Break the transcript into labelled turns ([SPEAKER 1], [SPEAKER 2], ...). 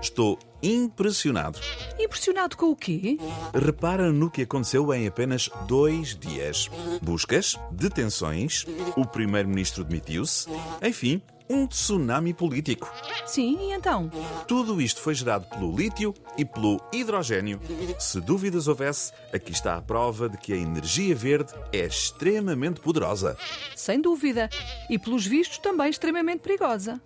[SPEAKER 1] Estou impressionado.
[SPEAKER 2] Impressionado com o quê?
[SPEAKER 1] Repara no que aconteceu em apenas dois dias: buscas, detenções, o primeiro-ministro demitiu-se, enfim, um tsunami político.
[SPEAKER 2] Sim, e então?
[SPEAKER 1] Tudo isto foi gerado pelo lítio e pelo hidrogênio. Se dúvidas houvesse, aqui está a prova de que a energia verde é extremamente poderosa.
[SPEAKER 2] Sem dúvida. E pelos vistos também extremamente perigosa.